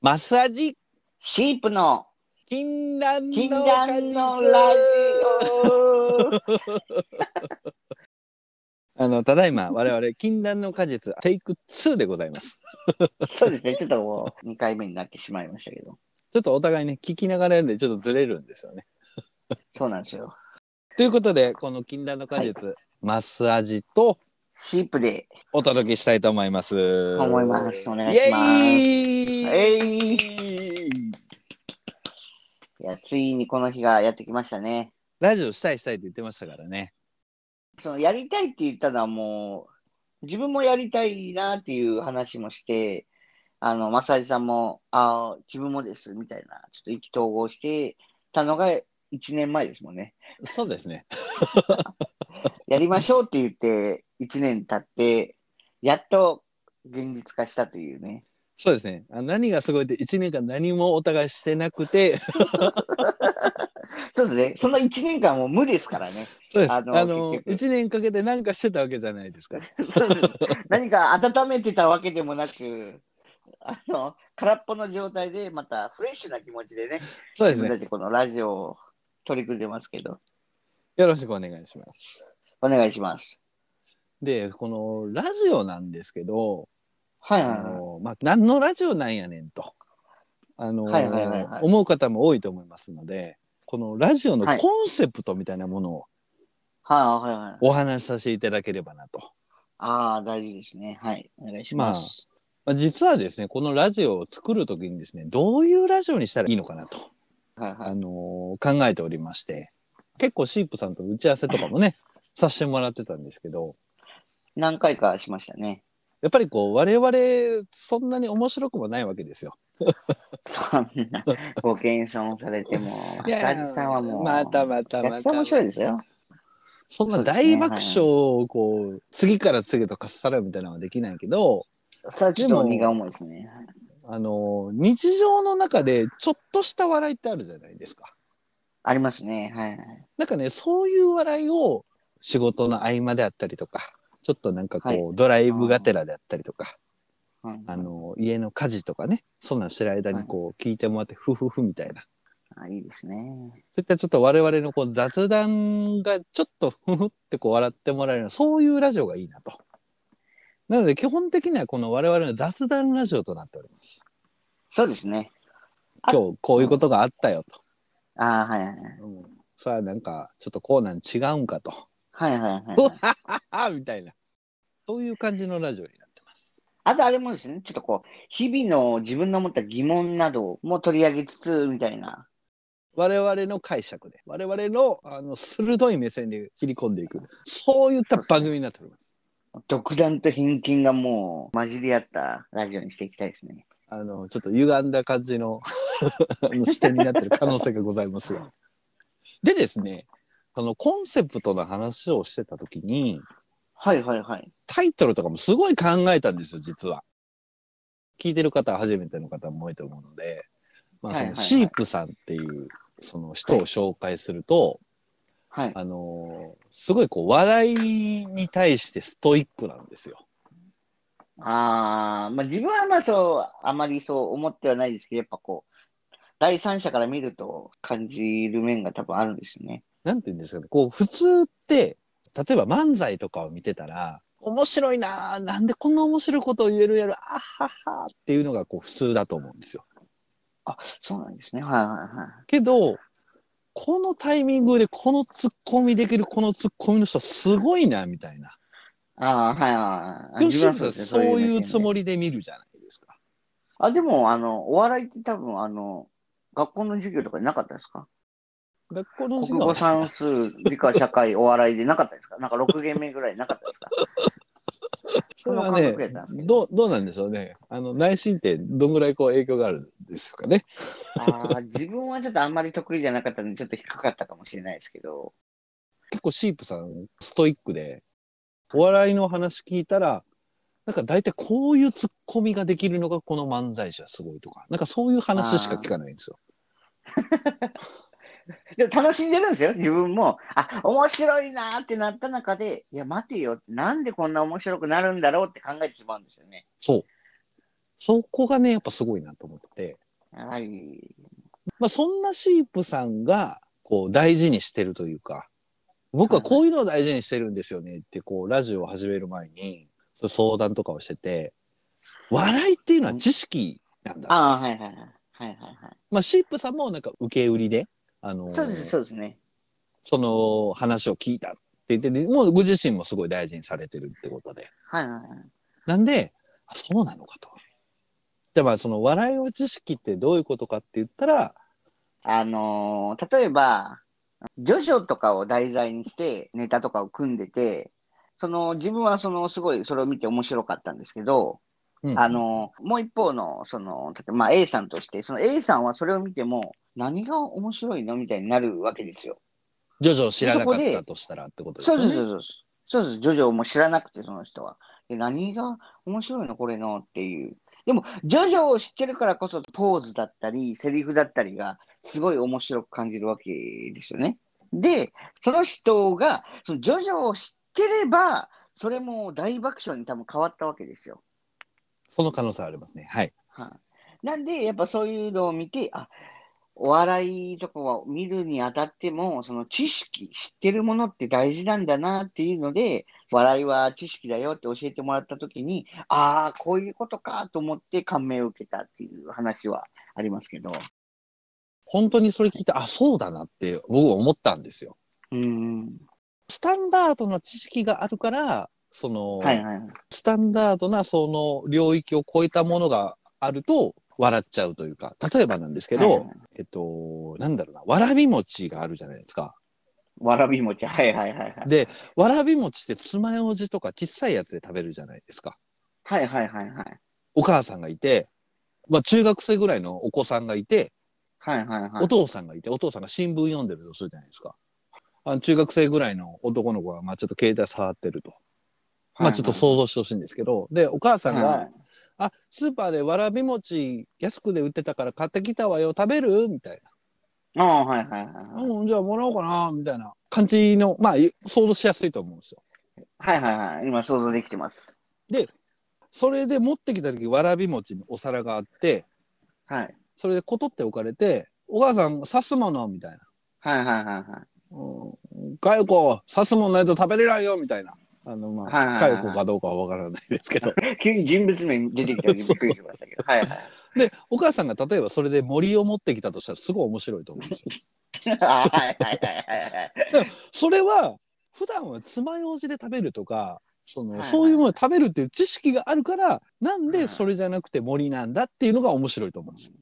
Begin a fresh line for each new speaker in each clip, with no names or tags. マッサージ
シープの
禁断
禁
の果
断
実
のラジオ。
あのただいま我々禁断の果実テイク2でございます
そうですね、ちょっともう2回目になってしまいましたけど。
ちょっとお互いね聞きながらやるんでちょっとずれるんですよね
そうなんですよ。
ということでこの禁断の果実、マッサージと
シープで
お届けしたいと思います
思います。お願い
イエ
します。い
イ
えいや、ついにこの日がやってきましたね。
ラジオしたいしたいって言ってましたからね
そのやりたいって言ったのはもう、自分もやりたいなっていう話もして、あの、マッサージさんも、ああ、自分もです、みたいな、ちょっと意気投合してたのが1年前ですもんね。
そうですね
やりましょうって言って、1年経って、やっと現実化したというね。
そうですねあ何がすごいって1年間何もお互いしてなく て
そうですね、その1年間も無ですからね。
そうですあ
あ
の
の
あの
結局
1年かけて何かしてたわけじゃないですから
そうです何か温めてたわけでもなく、あの空っぽの状態で、またフレッシュな気持ちでね、
そうです
自分
ね
たちこのラジオを取り組んでますけど、
よろしくお願いします
お願いします。
でこのラジオなんですけど
はい
あ
はいはい。
のまあ、何のラジオなんやねんと、あの
はいはいはいはい
思う方も多いと思いますのでこのラジオの
はい
コンセプトみたいなものを
はいはいはい。
お話しさせていただければなと、
ああ、大事ですね。はい。お願いします。
まあ、実はですねこのラジオを作る時にですねどういうラジオにしたらいいのかなと、
はいは
あ
い。
の考えておりまして結構シープさんと打ち合わせとかもねさせてもらってたんですけど
何回かしましたね。
やっぱりこう我々そんなに面白くもないわけですよ。
そん なご謙遜されても、
いや
浅利さんはもう、
またまたまた
めっちゃ面白いですよ。
そんな
そうです
大
ね
爆笑をこう、次から次とかっさらうみたいなのはできないけど、
それはちょっと荷が重いですね。
あの、日常の中でちょっとした笑いってあるじゃないですか。
ありますね。はいはい。
なんかね、そういう笑いを仕事の合間であったりとか、ちょっとなんかこう、
は
ドライブがてらであったりとか、
うん
あの、家の家事とかね、そんなんしてる間にこう、聞いてもらって、ふふふみたいな。
あいいです
そ
ね。
ういったちょっと我々のこう雑談がちょっとふふってこう笑ってもらえるようなそういうラジオがいいなと。なので基本的にはこの我々の雑談ラジオとなっております。
そうですね。あ
今日こういうことがあったよと。
ああ、はいはいはい。
うん、それはなんかちょっとこうなん違うんかと。
はいはいはいう
わははは みたいな。そういう感じのラジオになってます。
あとあれもですね、ちょっとこう、日々の自分の持った疑問なども取り上げつつ、みたいな。
我々の解釈で、我々のあの鋭い目線で切り込んでいく、そういった番組になっております。
独断と偏見がもう混じり合ったラジオにしていきたいですね。
あの、ちょっと歪んだ感じの あの視点になってる可能性がございますが。でですね、そのコンセプトの話をしてた時に、
はいはいはい。
タイトルとかもすごい考えたんですよ、実は。聞いてる方は初めての方も多いと思うので、まあ、
は
そ
いはい
の
はい
シープさんっていう、その人を紹介すると、
はい。
あのーすごいこう、笑いに対してストイックなんですよ。
ああ、まあ自分はまあそう、あまりそう思ってはないですけど、やっぱこう、第三者から見ると感じる面が多分あるんですよね。
なんて言うんですかね、こう、普通って、例えば漫才とかを見てたら、面白いなあなんでこんな面白いことを言えるやろ、あははっていうのがこう普通だと思うんですよ。
そうなんですね。はいはいはい。
けど、このタイミングでこのツッコミできる、このツッコミの人すごいな、みたいな。
ああ、はいはいはい。
でも、
自分は
シンプル
ですね
さんそういうつ
目線で
もりで見るじゃないですか。
あ、でも、あの、お笑いって多分、あの、学校の授業とかになかったですか
学校の授業
国語
は
算数、理科社会、お笑いでなかったですかなんか6限目ぐらいなかったですか
それは
その感
ね
覚やったんですけ、
どう、どうなんでしょうね。あの、内心ってどんぐらいこう影響があるんですかね。
ああ、自分はちょっとあんまり得意じゃなかったので、ちょっと低かったかもしれないですけど。
結構シープさんストイックでお笑いの話聞いたらなんか大体こういうツッコミができるのがこの漫才師はすごいとかなんかそういう話しか聞かないんですよ。
でも楽しんでるんですよ、自分も。あ、面白いなーってなった中で、いや、待てよ、なんでこんな面白くなるんだろうって考えてしまうんですよね。
そうそこがね、やっぱすごいなと思って。
はい。
まあ、そんなシープさんが、こう、大事にしてるというか、僕はこういうのを大事にしてるんですよねって、こう、ラジオを始める前に、そう相談とかをしてて、笑いっていうのは知識なんだ。
ああ、はいはいはい。はいはいはい。
まあ、シープさんもなんか受け売りで、あのー
そうです、そうですね。
その話を聞いたって言って、もうご自身もすごい大事にされてるってことで。
はいはいはい。
なんで、あそうなのかと。じゃあまあその笑いを知識ってどういうことかって言ったら、
あのー例えば、ジョジョとかを題材にしてネタとかを組んでて、その自分はそのすごいそれを見て面白かったんですけど、
うん
あのーもう一方のその、例えばまあ A さんとして、その A さんはそれを見ても何が面白いのみたいになるわけですよ。
ジョジョを知らなかったとしたらってことです
そう
よ
で
ね。
す、そうです。そうです。ジョジョも知らなくて、その人は。で何が面白いのこれのっていう。でも、ジョジョを知ってるからこそ、ポーズだったり、セリフだったりが、すごい面白く感じるわけですよね。で、その人が、そのジョジョを知ってれば、それも大爆笑に多分変わったわけですよ。
その可能性はありますね。はい。
はい、なんで、やっぱそういうのを見て、あお笑いとかは見るにあたっても、その知識、知ってるものって大事なんだなっていうので、笑いは知識だよって教えてもらったときに、ああ、こういうことかと思って感銘を受けたっていう話はありますけど。
本当にそれ聞いて、あ、そうだなって僕は思ったんですよ。
うん。
スタンダードな知識があるから、その、
はいはい。
スタンダードなその領域を超えたものがあると笑っちゃうというか、例えばなんですけど、
はいはい
えっと、なんだろうな、わらび餅があるじゃないですか。
わらび餅。はいはいはいはい。
で、わらび餅って爪楊枝とか小さいやつで食べるじゃないですか。
はいはいはいはい。
お母さんがいて、まあ中学生ぐらいのお子さんがいて、
はいはいは
お
い。
父さんがいて、お父さんが新聞読んでるとするじゃないですか。あの中学生ぐらいの男の子が、まあちょっと携帯触ってると。まあちょっと
う
想像してほしいんですけど、で、お母さんが、
はいはい
あ、スーパーでわらび餅安くで売ってたから買ってきたわよ、食べるみたい
ああ、はいはいはい
な。うん、じゃあもらおうかな、みたいな感じの、まあ想像しやすいと思うんですよ。
はい。はいはいはい。今想像できてます。
それで持ってきた時、わらび餅のお皿があって、
はい。
それでことって置かれて、お母さん、刺すものみたいな。
はいはいはいはい。
うん、かよこ、刺すものないと食べれないよみたいな。あの、ま
はい
あ、
は
か
いはい
よこかどうかはわからないですけど。
急に人物名出てきたのでびっくりしましたけど。はいはい。
で、お母さんが例えばそれで森を持ってきたとしたらすごい面白いと思うんです よ。
あはいはいはいはい
それは、普段は爪楊枝で食べるとか、そ
はい
の、
はい
そういうものを食べるっていう知識があるから、なん
は
で
い
それじゃなくて森なんだっていうのが面白いと思うんですよ。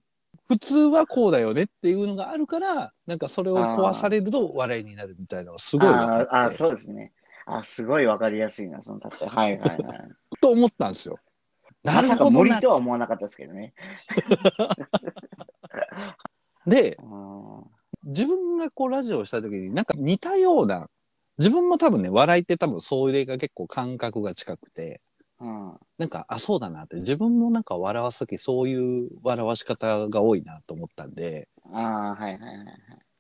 普通はこうだよねっていうのがあるから、なんかそれを壊されると笑いになるみたいなのがすごい分か
はい
っ。て
ああ、そうですね。あすごいわかりやすいな、その例え。はいはいはい。
と思ったんですよ。 なる
まさ
ほど
か森
な。
とは思わなかったですけどね。
で、
うんは
自分がこうラジオをした時になんか似たような、自分も多分ね、笑いって多分そういうが結構感覚が近くて、なんか、あ、そうだなって、自分もなんか笑わす時そういう笑わし方が多いなと思ったんで、
い。ああ、はいはいはいはい。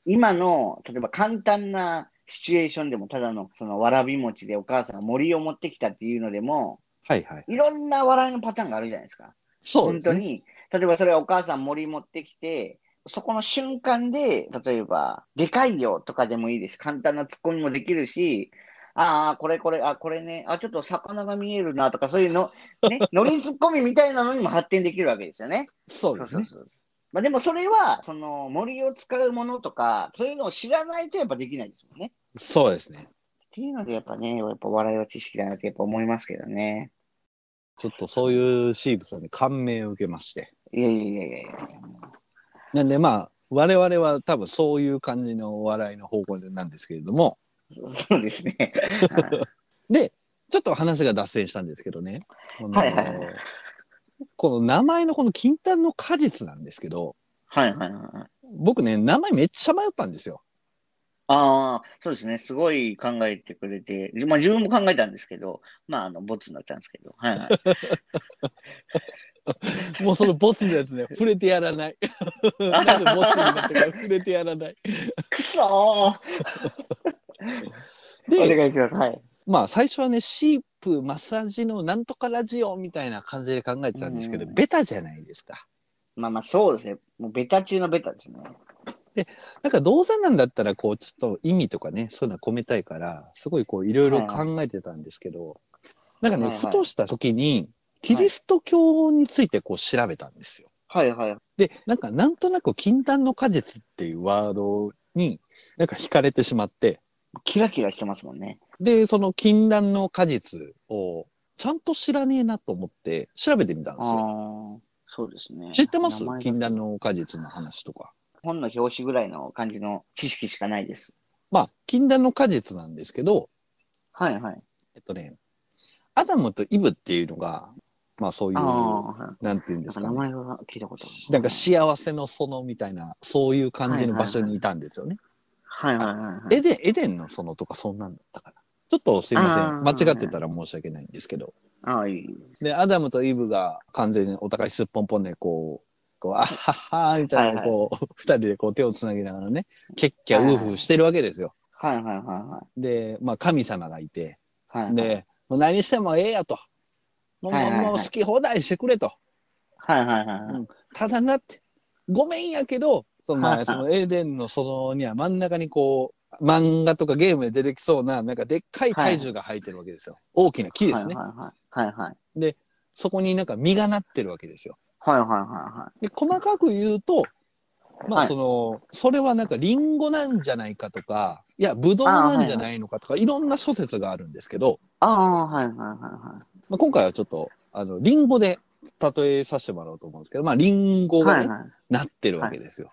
今の、例えば簡単なシチュエーションでも、ただの、そのわらび餅でお母さんが森を持ってきたっていうのでも、
はいはい。
いろんな笑いのパターンがあるじゃないですか。
そう
本
です
当
ね。
に、例えばそれはお母さん森持ってきて、そこの瞬間で、例えば、でかいよとかでもいいです。簡単なツッコミもできるし、ああ、これこれ、あ、これね、あ、ちょっと魚が見えるなとか、そういうの、 ね、ノリツッコミみたいなのにも発展できるわけですよね。
そうですね。
そうそうそうまあ、でもそれは、その森を使うものとか、そういうのを知らないとやっぱできないですもんね。
そうですね。
っていうので、やっぱね、やっぱ笑いは知識だなってやっぱ思いますけどね。
ちょっとそういうシーブさんに感銘を受けまして。
いやいやいやいやいや。
なんでまあ、我々は多分そういう感じのお笑いの方向なんですけれども、
そうですね。はい
で、ちょっと話が脱線したんですけどね。この
はいはいは
この名前のこの金丹の果実なんですけど、
はいはいはいはい。
僕ね、名前めっちゃ迷ったんですよ。
ああ、そうですね。すごい考えてくれて、まあ自分も考えたんですけど、まああの、ボツになったんですけど、はいはい。
もうそのボツのや つね、触れてやらない。なんでボツになったから触れてやらない。
くそー
で、
お願いします。はい。
まあ最初はね、シープ、マッサージのなんとかラジオみたいな感じで考えてたんですけど、
うん
ベタじゃないですか。
まあまあ、そうですね。もうベタ中のベタですね。
なんか動作なんだったら、こう、ちょっと意味とかね、そういうのは込めたいから、すごいこう、いろいろ考えてたんですけど、なんかね、
はいはい
ふとした時に、キリスト教についてこう調べたんですよ。
はいはい。
で、なんかなんとなく禁断の果実っていうワードに、なんか惹かれてしまって、
キラキラしてますもんね。
で、その禁断の果実をちゃんと知らねえなと思って調べてみたんですよ。
ああ、そうですね。
知ってます
名前が
禁断の果実の話とか。
本の表紙ぐらいの感じの知識しかないです。
まあ、禁断の果実なんですけど、
はいはい。
えっとね、アダムとイブっていうのが、まあそういう、
ああ、はい
なんていうん
な
で
んか
すか
名
ね。
前は聞いたことある。
なんか幸せの園みたいな、そういう感じの場所にいたんですよね。
はいはいはいはい。
エデン、エデンの園とかそんなんだったかな。ちょっとすいま
あ
せ
ー
ん。間違ってたら申し訳ないんですけど。
ああ、いい。
で、アダムとイブが完全にお互いすっぽんぽんでこう、こう、あははーみたいな、
はいはい
こう、二人でこう手をつなぎながらね、キャッキャ
はいはい
ウーフーしてるわけですよ。
はいはいはいは
で、まあ神様がいて、
い。はい、
で、もう何してもええやと。もう、
はいはいはい
もう好き放題してくれと。
はいはいはいはい。
うんただなって、ごめんやけど、その
はい
ま
はい
あそのエデンのそのには真ん中にこう、漫画とかゲームで出てきそうな、なんかでっかい体重が生えてるわけですよ。大きな木ですね。
はいはいはい。はいはい。
そこになんか実がなってるわけですよ。
はいはいはいはい。
で細かく言うと、ま
は
あ
い
その、それはなんかリンゴなんじゃないかとか、いや、ブドウなんじゃないのかとか、いろんな諸説があるんですけど、
ああ、はいはいはいはい。
まあ、今回はちょっと、あの、リンゴで例えさせてもらおうと思うんですけど、まあリンゴが
は
ね、
いはい。
なってるわけですよ。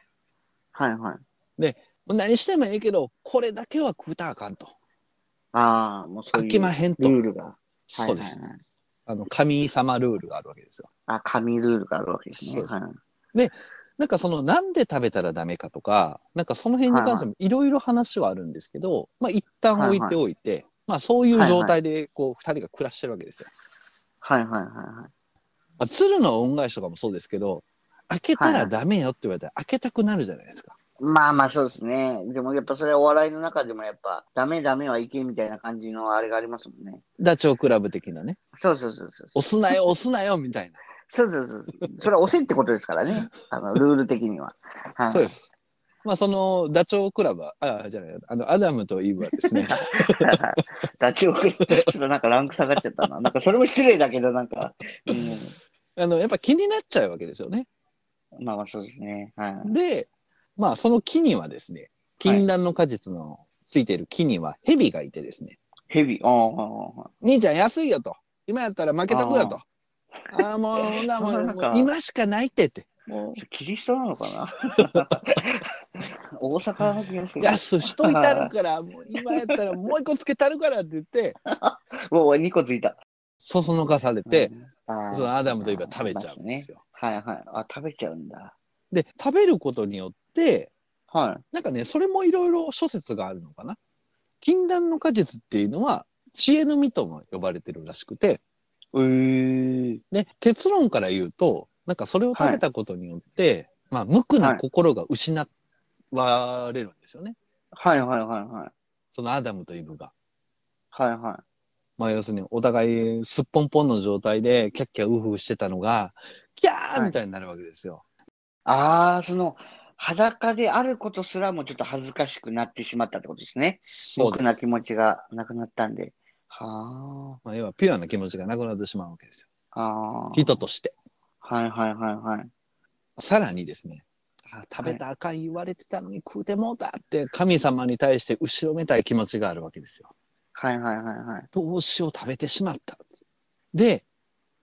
はいはい。
もう何してもええけど、これだけは食うたらあかんと。
ああ、もうそう
飽
い
き
う
まへんと。
ルールが。はい
そうです。
はいはいはい
あの、神様ルールがあるわけですよ。
あ、紙ルールがあるわけですね。
そうです
はい
なんかその、なんで食べたらダメかとか、なんかその辺に関してもいろいろ話はあるんですけど、まあ一旦置いておいて、まあそういう状態で、こう、二人が暮らしてるわけですよ。
はいはいはいはい。
まあ、鶴の恩返しとかもそうですけど、開けたらダメよって言われたら開けたくなるじゃないですか。
まあまあそうですね。でもやっぱそれはお笑いの中でもやっぱダメダメはいけみたいな感じのあれがありますもんね。
ダチョウ倶楽部的なね。
そうそうそうそう。
押すなよ、押すなよ、みたいな。
そうそうそう。それは押せってことですからね。あの、ルール的には。はい、
そうで。す。まあ、その、ダチョウ倶楽部は、あ、じゃない、あの、アダムとイブはです ね、
ダチョウ倶楽部ちょっとなんかランク下がっちゃったな。なんかそれも失礼だけど、なんか、う
あの、やっぱ気になっちゃうわけですよね。
ん、まあまあそうですね。はい。
で、まあ、その木にはですね、禁断の果実のついている木には蛇がいてですね、
ヘビ。ああ、あ
兄ちゃん安いよと。今やったら負けたくよと。ああー、もう、ほんな も
そう
う
なん
も
か
う今しかないってって。もう
あキリストなのか な大阪の気がする。
いや、そうしといたるから、もう今やったらもう一個つけたるからって言って、
もう2個ついた。
そそのかされ て、
うん、
そのアダムとイブは食べちゃうん
ね。
ですよ。
はいはい。あ、食べちゃうんだ。
で、食べることによって、
は
なんかね、それもいろいろ諸説があるのかな。禁断の果実っていうのは、知恵の実とも呼ばれてるらしくて、
い。えー、
ね、結論から言うと、なんかそれを食べたことによって、まあ、無垢な心が失われるんですよね。
はいはいはいはい。
そのアダムとイブが。
はいは
まあ要するにお互いすっぽんぽんの状態でキャッキャウフフしてたのが、キャ
はい
ーみたいになるわけですよ。
い。ああ、その、裸であることすらもちょっと恥ずかしくなってしまったってことですね。
そう
僕
です。
な気持ちがなくなったんで。は
まあ要はピュアな気持ちがなくなってしまうわけですよ。
あ。ああ。
人として。
はいはいはいはい。
さらにですね、あ食べたらあかん言われてたのに食うてもうたって神様に対して後ろめたい気持ちがあるわけですよ。
はいはいはいはい。
どうしよう食べてしまった。で、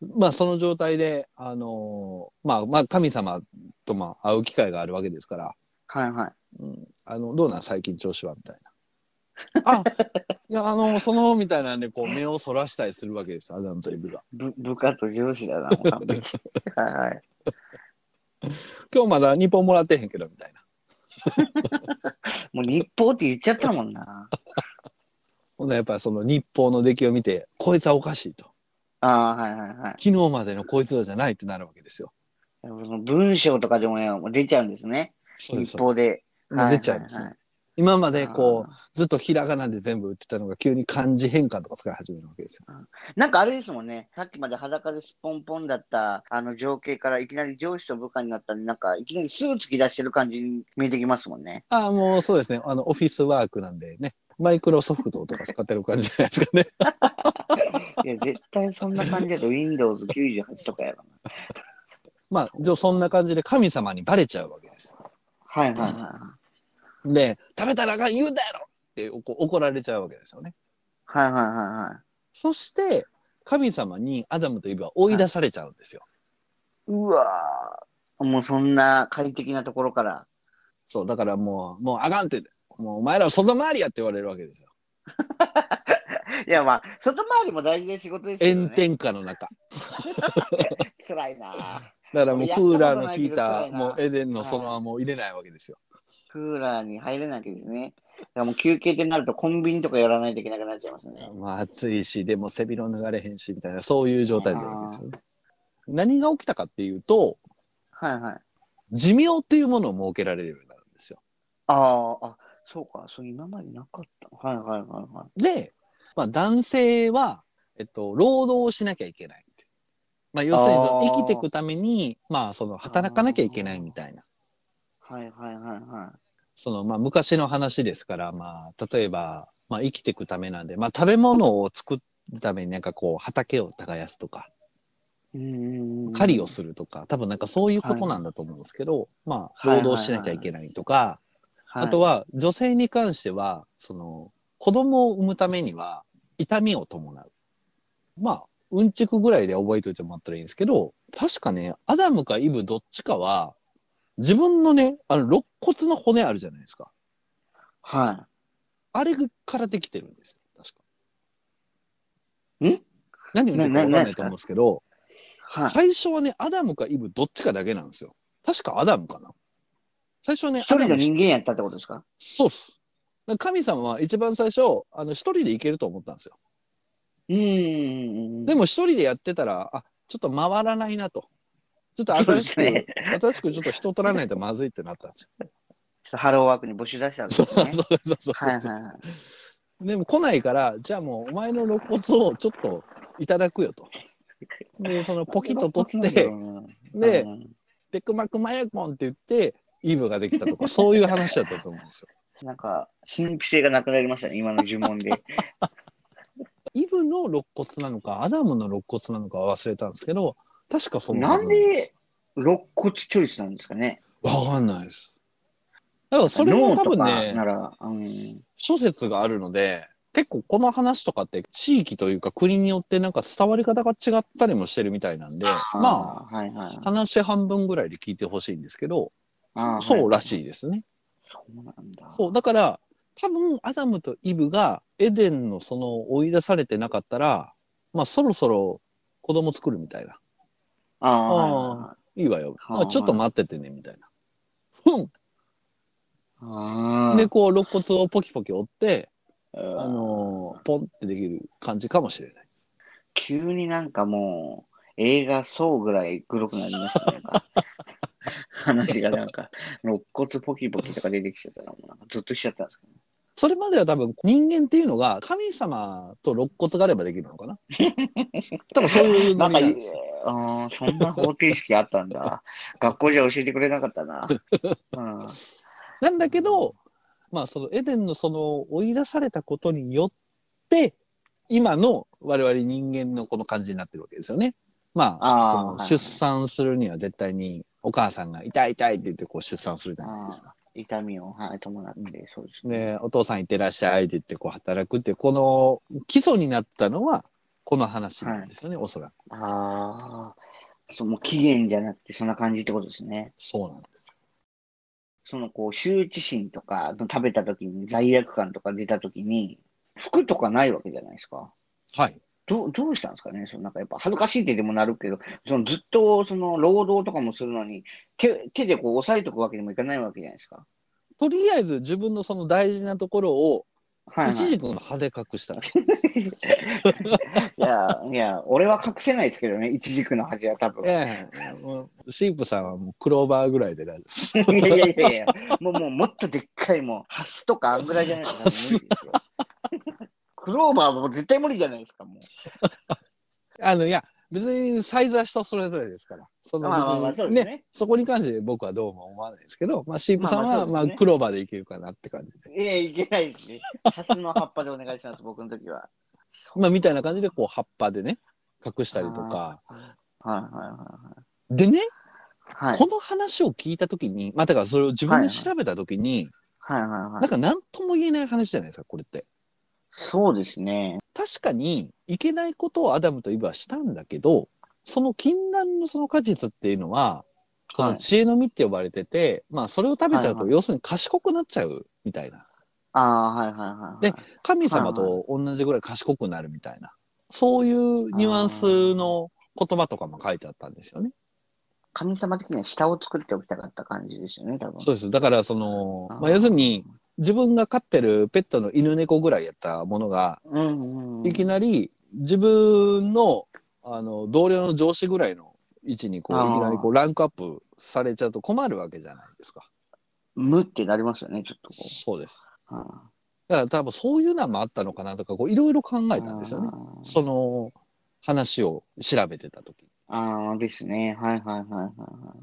まあその状態で、あのーまあまあ神様とまあ会う機会があるわけですから、
はいはい。
うん、あの、どうなん最近調子はみたいな。あ、いや、あの、その、みたいなんで、こう、目をそらしたりするわけですよ、アダムとイブが。
ぶ部下と上司だな、もう完 璧はいはい。
今日まだ日本もらってへんけど、みたいな。
もう日報って言っちゃったも んな。
ほんで、やっぱりその日報の出来を見て、こいつはおかしいと。
ああ、はいはいはい。
昨日までのこいつらじゃないってなるわけですよ。
その文章とかでもねもう出ちゃうんですね。
そうで
日
す。も
報で。
う出ちゃうんです
は
よ
い。
今までこう、ずっとひらがなで全部打ってたのが急に漢字変換とか使い始めるわけです よ。
なんかあれですもんね、さっきまで裸ですっぽんぽんだったあの情景からいきなり上司と部下になったんで、なんかいきなりすぐ突き出してる感じに見えてきますもん ね。
ああ、もうそうですね。あの、オフィスワークなんでね。マイクロソフトとか使ってる感じじゃないですか ね。
いや、絶対そんな感じだと Windows98 とかやろな。
まあ、じゃあそんな感じで神様にバレちゃうわけです。
はいはいは
で、食べたらあかん言うたやろってこう怒られちゃうわけですよね。
い。はいはいはいはい。
そして、神様にアダムとイブは追い出されちゃうんですよ。
うわーもうそんな快適なところから。
そう、だからもう、もうあかんって、もうお前ら外回りやって言われるわけですよ。
いやまあ、外回りも大事な仕事ですけど
炎
ね。
天下の中。
辛いな
だからもう
や
クー
ったこと
ラーの効い
な
た
いけど辛いな
もうエデンのそのままもう入れないわけですよ。
クーラーに入れないわけですね。だからもう休憩ってなるとコンビニとかやらないといけなくなっちゃいますね。
まあ暑いし、でも背広脱がれへんし、みたいな、そういう状態でわけですよね。何が起きたかっていうと、
はいはい。
寿命っていうものを設けられるようになるんですよ。
ああ、あ、そうか、そう今までなかった。はいはいはいはい。
で、まあ、男性は、えっと、労働をしなきゃいけない。まあ、要するにその
あー
生きていくために、まあ、その働かなきゃいけないみたいな。
はいはいはいは
その、まあ、昔の話ですから、まあ、例えば、まあ、生きていくためなんで、まあ、食べ物を作るためになんかこう、畑を耕すとか、
い。うんうんうん
狩りをするとか、多分なんかそういうことなんだと思うんですけど、まあ、
はいは
労
い
働しなきゃいけないとか、
はい、
あとは女性に関しては、その、子供を産むためには痛みを伴う。まあ、うんちくぐらいで覚えといてもらったらいいんですけど、確かね、アダムかイブどっちかは、自分のね、あの、肋骨の骨あるじゃないですか。
は
あれからできてるんですよ。確か。
ん
何を言ってるかわかん
なな
ないと思うんですけど、
い。はい。
最初はね、アダムかイブどっちかだけなんですよ。確かアダムかな。最初はね、
一人
アダ
の
ム
人間やったってことですか
そうっす。だから神様は一番最初、あの、一人で行けると思ったんですよ。
うんうんうんうん。
でも一人でやってたら、あ、ちょっと回らないなと。ちょっと
そう
新
で
し
す
く、
ね
新しくちょっと人取らないとまずいってなったんですよ。
ちょっとハローワークに募集出したわけ
そう
です
そ
ね。
う そうそうそう。
はいはいはい。
でも来ないから、じゃあもうお前の肋骨をちょっといただくよと。で、そのポキッと取っ
う
て、
ん、
で
う、ん
テクマクマヤコンって言って、イブができたと か、そういう話だったと思うんですよ。
なんか、神秘性がなくなりましたね、今の呪文で。
イブの肋骨なのか、アダムの肋骨なのかは忘れたんですけど、確かその
なんで、肋骨チョイスなんですかね。
わかんないです。だからそれも
脳
多
と
分
かな
ね、
ら、うん。
諸説があるので、結構この話とかって地域というか国によってなんか伝わり方が違ったりもしてるみたいなんで、ま
あー、はいはい
あ、。話半分ぐらいで聞いてほしいんですけど、
あー
そうら
はい。
しいですね。
そうなんだ。
そう、だから多分アダムとイブがエデンのその追い出されてなかったら、まあそろそろ子供作るみたいな。
ああ、はいはいはい
ああ、いいわよ。
はあ
あちょっと待っててね、みたいな。ふん
あ
で、こう、肋骨をポキポキ折って、
あ
あ
の
のーポンってできる感じかもしれない。
急になんかもう映画そうぐらいグロくなりましたねなんか 話がなんか肋骨ポキポキとか出てきちゃったらもうなんかずっとしちゃったんですけど、
それまでは多分人間っていうのが神様と肋骨があればできるのかな 多分そういう
な
の
んか
なん
い
ですよ
あーそんな方程式あったん だ学校じゃ教えてくれなかったな、うん、は
なんだけど、まあそのエデンのその追い出されたことによって、今の我々人間のこの感じになってるわけですよね。まあ、そ
あーはい
の
はい
出産するには絶対にお母さんが痛い痛いって言ってこう出産するじゃないですか。
痛みを、はい、伴ってそうですね
ね、お父さんいってらっしゃいって言ってこう働くってこの基礎になったのはこの話なんですよね、おそらく
ああそうもう期限じゃなくてそんな感じってことですね
そうなんですよ
そのこう羞恥心とか食べた時に罪悪感とか出た時に服とかないわけじゃないですか。
はい
どうどうしたんですかねそのなんかやっぱ恥ずかしいってでもなるけど、そのずっとその労働とかもするのに手手でこう押さえとくわけにもいかないわけじゃないですか。
とりあえず自分のその大事なところを
はい、はい。
一軸の派手隠したら。
いや、いや、俺は隠せないですけどね、一軸の端は多分。い
ええもうシープさんはもうクローバーぐらいで大丈夫です。
やいやいやいや、もう、もう、もっとでっかい、もう、ハスとかあんぐらいじゃないと多分無理ですよ。クローバーも絶対無理じゃないですか、もう。
あの、いや、別にサイズは人それぞれですから。そんな
まあまあまあ、
別
そう
に
です
ね
ね。
そこに関して僕はどうも思わないですけど、まあ、シープさん
まあま
は、
あそ
ま
うです
あ、
ね
クローバーでいけるかなって感じで。
いや、いけないですね。ハスの葉っぱでお願いします、僕の時は。
まあ、みたいな感じで、こう、葉っぱでね、隠したりとか。
はいはいは
でね、
いはい。はい
この話を聞いたときに、まあ、だからそれを自分で調べたときに、
はいはいは
ないん。か何とも言えない話じゃないですか、これって。
そうですね。
確かに、いけないことをアダムとイブはしたんだけど、その禁断のその果実っていうのは、そ
は
の
い
知恵の実って呼ばれてて、まあそれを食べちゃう
はい
と、
は
要するに賢くなっちゃうみたいな。
ああ、はいはいはいはい。
で神様と同じぐらい賢くなるみたいな。そういうニュアンスの言葉とかも書いてあったんですよね。
神様的には下を作っておきたかった感じですよね、多分。
そうです。だからその、
あー
まあ要するに、自分が飼ってるペットの犬猫ぐらいやったものが、
うんうんうん。
いきなり自分のあの同僚の上司ぐらいの位置にこ
あ
う
ー
いきなりこうランクアップされちゃうと困るわけじゃないですか。
無ってなりますよね、ちょっとこ
そうです。
う。うん
だから多分そういうのもあったのかなとかこういろいろ考えたんですよね。その話を調べてた時
あーあーですね。はいはいはいはいはい。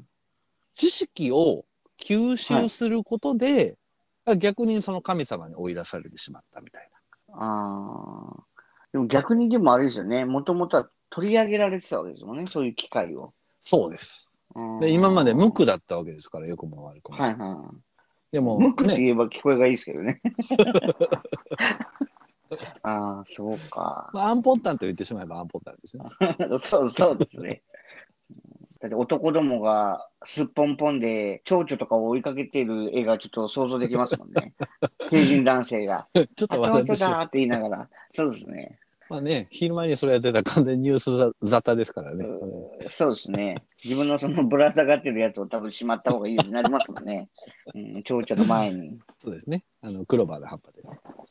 知識を吸収することで、逆にその神様に追い出されてしまったみたい
ああ。でも逆にでもあれですよね。もともとは取り上げられてたわけですもんね。そういう機会を。
な。そうです。
うん
で今まで無。垢だったわけですからよくも悪くも。
はいはい。
でも、
無垢って
ね、
言えば聞こえがいいですけどね。 ああ、そうか。
まあ、アンポンタンと言ってしまえばアンポンタンですね。
そうそうですね。だって男どもがすっぽんぽんで蝶々とかを追いかけてる絵がちょっと想像できますも んね。成人男性が。
ちょっ
あ、
と
蝶
笑
々
ってしまう
だーって言いながら。そうですね。
まあね、昼前にそれやってたら完全にニュースざ雑多ですからね。
そうですね。自分のそのぶら下がってるやつを多分しまった方がいいようになりますもん ね。うん、蝶々の前に。
そうですね。あの、クローバーの葉っぱで。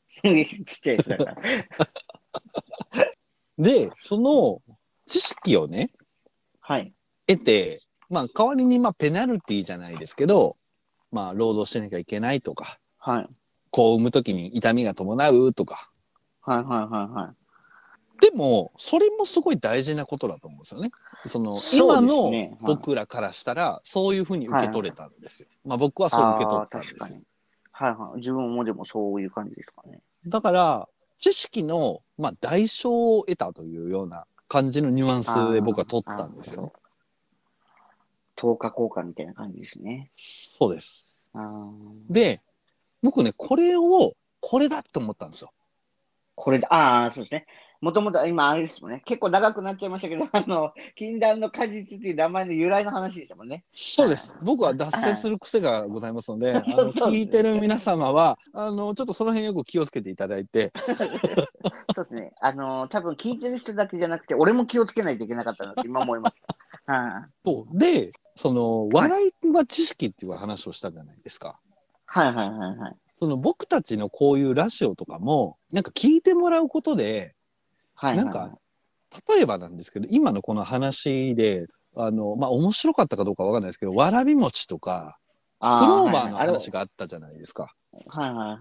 すげえちっちゃいやつだから。
で、その知識をね、
はい。
得て、まあ、代わりに、まあ、ペナルティーじゃないですけど、まあ、労働しなきゃいけないとか、
はい。
子を産むときに痛みが伴うとか。
はいはいはいはい。
でも、それもすごい大事なことだと思うんですよね。その、
そう
今
ですね
の
はい
僕らからしたら、そういうふうに受け取れたんですよ。まあ、僕はそう受け取ったんです
あー確
よ
か。に。はいはい。自分もでもそういう感じですかね。
だから、知識の、まあ、代償を得たというような感じのニュアンスで僕は取ったんですよ。
10日効果みたいな感じですね。
そうです。
あー
で、僕ね、これを、これだって思ったんですよ。
これで、ああ、そうですね。もともと今、あれですもんね。結構長くなっちゃいましたけど、あの、禁断の果実っていう名前の由来の話でしたもんね。
そうです。僕は脱線する癖がございます ので、あ
そ
の
うそう
聞いてる皆様は、あの、ちょっとその辺よく気をつけていただいて、
そうですね。あのー多分聞いてる人だけじゃなくて、俺も気をつけないといけなかったなって今思いました。はい
そうで、その、笑いは知識っていう話をしたじゃないですか。
はいはいはいはい。
その僕たちのこういうラジオとかも、なんか聞いてもらうことで、
はいはいはい、
なんか、例えばなんですけど、今のこの話で、あの、まあ、面白かったかどうかわかんないですけど、わらび餅とか、ク
あ
ローバーの話が
が。
あったじゃないですか。
はいはいはい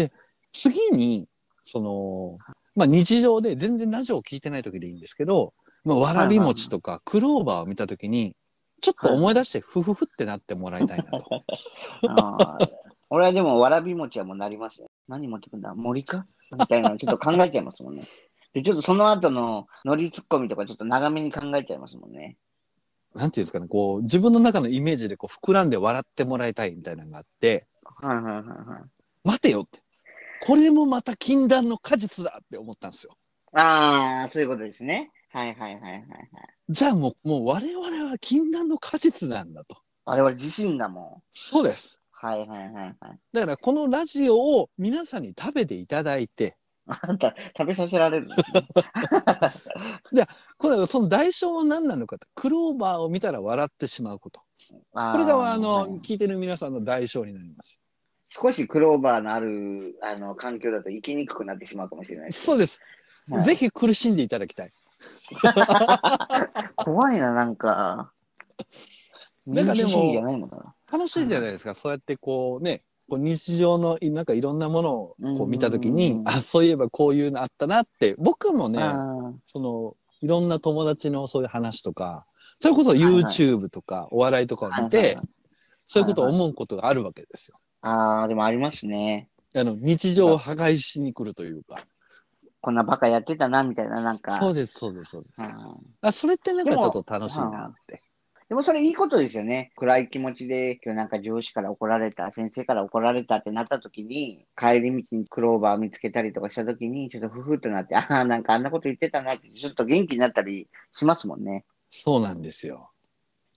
はい。
次に、その、まあ、日常で全然ラジオを聞いてない時でいいんですけど、まあ、わらび餅とかクローバーを見た時に、ちょっと思い出して、ふふふってなってもらいたいなと。
あー 俺はでも、わらび餅はもうなりますよ。何持ってくんだ森かみたいなのちょっと考えちゃいますも んね。で、ちょっとその後のノリツッコミとかちょっと長めに考えちゃいますもんね。
なんていうんですかね、こう、自分の中のイメージでこう膨らんで笑ってもらいたいみたいなのがあって、
はいはいはいはい。
待てよって。これもまた禁断の果実だって思ったんですよ。
ああ、そういうことですね。はいはいはいはいはい。
じゃあもう、もう我々は禁断の果実なんだと。
我々自身がも
そうです
う。。はいはいはいはい。
だからこのラジオを皆さんに食べていただいて、
あんた、食べさせられるん ですね。
これその代償は何なのかと。クローバーを見たら笑ってしまうこと。
こ
これが、あの、
はい
聞いてる皆さんの代償になります。
少しクローバーのある、あの、環境だと生きにくくなってしまうかもしれないです。
そうです。
はい
ぜひ苦しんでいただきたい。
怖いな、なんか。
なんかでも
民主主義じゃないのかな。
楽しいじゃないですか。そうやってこうね、こう日常のいなんかいろんなものを
うんうん
こ
う
うん見たときに、あ、そういえばこういうのあったなって、僕もね、
あ
その、いろんな友達のそういう話とか、それこそ
いはい
YouTube とかお笑いとかを
ー
見て、
はいはいはい
そういうことを思うことがあるわけですよ。
あー、でもありますね。
あの、日常を破壊しに来るというか。
こんなバカやってたな、みたいな、なんか。
そううです、そうです、そうです。
ん
あ、それってなんか
で
ち
も
ょっと楽しいなって。
でもそれいいことですよね。暗い気持ちで、今日なんか上司から怒られた、先生から怒られたってなった時に、帰り道にクローバー見つけたりとかした時に、ちょっとふふっとなって、ああ、なんかあんなこと言ってたなって、ちょっと元気になったりしますもんね。っ
そうなんですよ。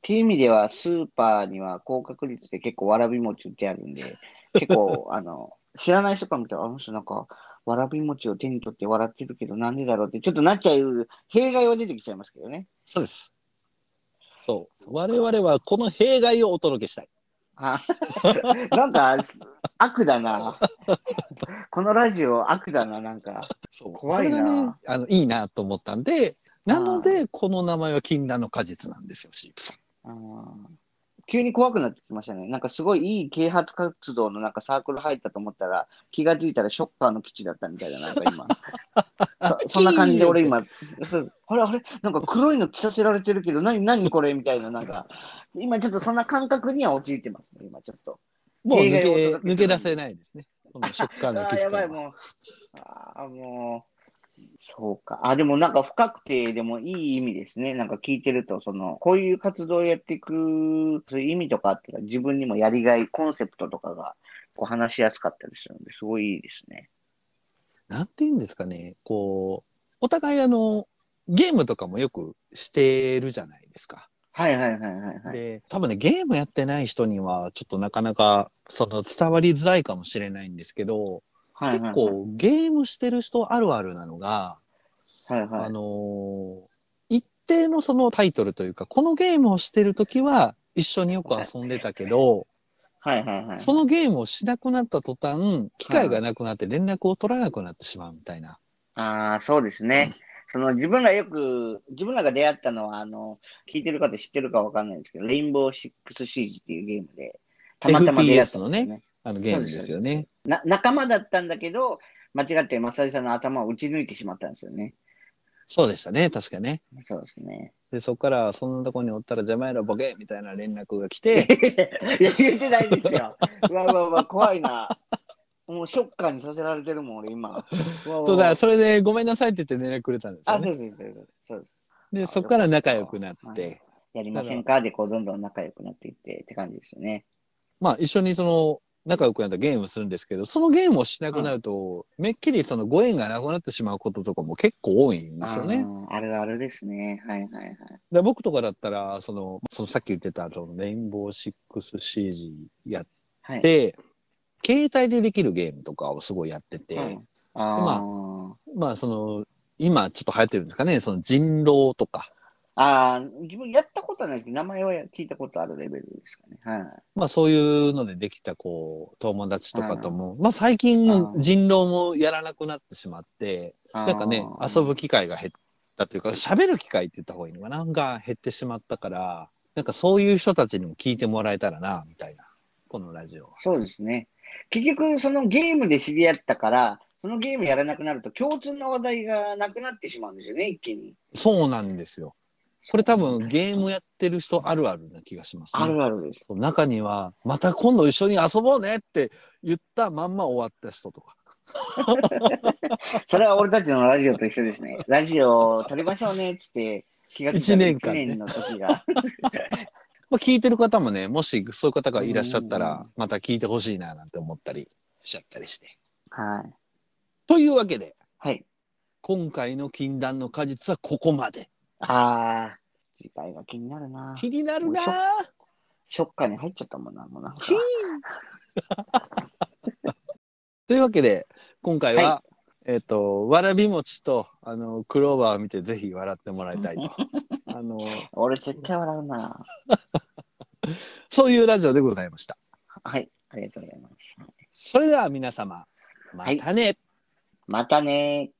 ていう意味では、スーパーには高確率で結構わらび餅売ってあるんで、結構、あの、知らない人から見たら、あの人なんか、わらび餅を手に取って笑ってるけど、なんでだろうって、ちょっとなっちゃう、弊害は出てきちゃいますけどね。
そうです。そう。我々はこの弊害をお届けしたい。
あなんか、す悪だな。このラジオ、悪だな、なんか。
そう。
怖いな
それがね、あの、いいなと思ったんで、なので、この名前は禁断の果実なんですよ、シープさん。
あの急に怖くなってきましたね。なんかすごいいい啓発活動のなんかサークル入ったと思ったら、気がついたらショッカーの基地だったみたいな、なんか今。そそんな感じで俺今、そうあれあれなんか黒いの着させられてるけど、何何これみたいな、なんか、今ちょっとそんな感覚には陥ってますね、今ちょっと。
もう抜
弊害
け
をお届けする
抜け出せないですね。このショッカーの
あ
記
ー
事
や
か
ば
ら
い、
は。
もう。ああ、もう。そうか。あ、でもなんか深くて、でもいい意味ですね。なんか聞いてると、その、こういう活動をやっていく、そういう意味とかあったら、自分にもやりがい、コンセプトとかが、こう話しやすかったりするので、すごいいいですね。
なんて言うんですかね。こう、お互いあの、ゲームとかもよくしてるじゃないですか。
はいはいはいはいはい。
で、多分ね、ゲームやってない人には、ちょっとなかなか、その、伝わりづらいかもしれないんですけど、
はいはい
結
はい、
構、ゲームしてる人あるあるなのが、
はいはい
あのー一定のそのタイトルというか、このゲームをしてるときは一緒によく遊んでたけど、
はいはいはい。
そのゲームをしなくなった途端、機会がなくなって連絡を取らなくなってしまうみたいな。
ああ、そうですね。その自分らよく、自分らが出会ったのは、あの、聞いてる方知ってるかわかんないんですけど、レインボーシックスシージっていうゲームで、たまたま出会ったんですよ
FPS のあのゲームですよね。
な仲間だったんだけど、間違ってマサイさんの頭を打ち抜いてしまったんですよね。
そうでしたね、確かね。
そうですね。
で、そこから、そんなとこにおったら邪魔やろ、ボケみたいな連絡が来て、
いや、言ってないですよ。うわうわうわ、怖いな。もうショッカーにさせられてるもん、俺今。うわう わ
そうだ、それでごめんなさいって言って連絡くれたんですよ、
あ、そ
ね。
うです、そうですそうです。
で、そこから仲良くなって、
やりませんかで、こう、どんどん仲良くなっていってって感じですよね。
まあ一緒にその仲良くなったゲームをするんですけど、そのゲームをしなくなると、めっきりそのご縁がなくなってしまうこととかも結構多いんですよね。
あーあるあるですね。はいはいはい。
で僕とかだったら、その、そのさっき言ってた、そのレインボーシックスシージやっ
はい。
て、携帯でできるゲームとかをすごいやってて、
うん、あ
まあその、今ちょっと流行ってるんですかね、その人狼とか、
あ。あー自分やったことはないですけど、名前は聞いたことあるレベルですかね。はい。
まあそういうのでできたこう、友達とかとも、まあ最近も
うん
人狼もやらなくなってしまって、なんかね、
あー
遊ぶ機会が減ったというか、喋る機会って言った方がいいのかなが減ってしまったから、なんかそういう人たちにも聞いてもらえたらな、みたいな、このラジオは。
そうですね。結局、そのゲームで知り合ったから、そのゲームやらなくなると、共通の話題がなくなってしまうんですよね、一気に。
そうなんですよ。これ多分ゲームやってる人あるあるな気がします
あ
ね。
るあるです。
中には、また今度一緒に遊ぼうねって言ったまんま終わった人とか。
それは俺たちのラジオと一緒ですね。ラジオを撮りましょうねっつって、気がつい
一
たら
年間ね
一年の時が。
まあ、聞いてる方もね、もしそういう方がいらっしゃったら、また聞いてほしいななんて思ったりしちゃったりして。
はい。
というわけで、
はい。
今回の禁断の果実はここまで。
ああ、次回が気になるな。
気になるなぁ
ショッカーに入っちゃったもんな、もうなんか。
キーン というわけで今回は、
は
えっ、とわらび餅とあのクローバーを見てぜひ笑ってもらいたい とあの
俺絶対笑うな。
そういうラジオでございました。
はい、ありがとうございます。
それでは皆様、またね。
またねー。